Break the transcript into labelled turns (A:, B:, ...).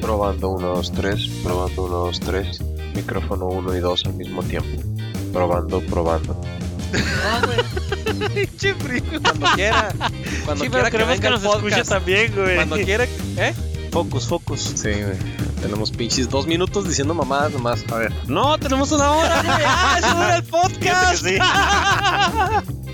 A: Probando 1, 2, 3, probando 1, 2, 3, micrófono 1 y 2 al mismo tiempo. Probando, probando.
B: No, güey.
C: Chifri.
B: Cuando quiera. Cuando
C: Sí, pero
B: quiera que
C: queremos
B: venga
C: que,
B: el
C: nos escuche
B: podcast.
C: también, güey.
B: Cuando quiera. ¿Eh?
C: Focus, focus.
A: Sí, güey. Tenemos pinches dos minutos diciendo mamadas nomás. A ver.
C: No, tenemos una hora, güey. ¡Ah, eso dura el podcast!
D: Fíjate que sí.